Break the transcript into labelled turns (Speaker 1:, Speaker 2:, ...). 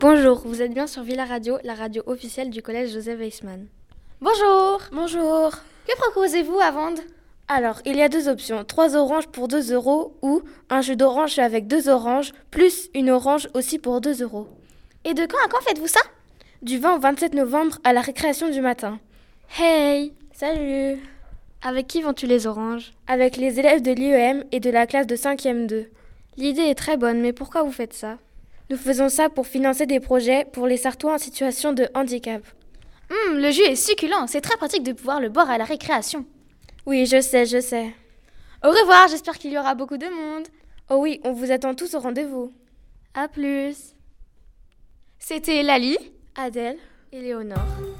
Speaker 1: Bonjour, vous êtes bien sur Villa Radio, la radio officielle du collège Joseph Weissmann.
Speaker 2: Bonjour
Speaker 1: Bonjour
Speaker 2: Que proposez-vous à vendre
Speaker 1: Alors, il y a deux options, 3 oranges pour 2 euros ou un jus d'orange avec 2 oranges, plus une orange aussi pour 2 euros.
Speaker 2: Et de quand à quand faites-vous ça
Speaker 1: Du 20 au 27 novembre à la récréation du matin.
Speaker 3: Hey
Speaker 1: Salut
Speaker 3: Avec qui vends-tu les oranges
Speaker 1: Avec les élèves de l'IEM et de la classe de 5e 2.
Speaker 3: L'idée est très bonne, mais pourquoi vous faites ça
Speaker 1: Nous faisons ça pour financer des projets pour les Sartois en situation de handicap.
Speaker 2: Hum, le jus est succulent, c'est très pratique de pouvoir le boire à la récréation.
Speaker 1: Oui, je sais, je sais.
Speaker 2: Au revoir, j'espère qu'il y aura beaucoup de monde.
Speaker 1: Oh oui, on vous attend tous au rendez-vous.
Speaker 3: À plus
Speaker 2: C'était Lali,
Speaker 1: Adèle,
Speaker 3: Éléonore.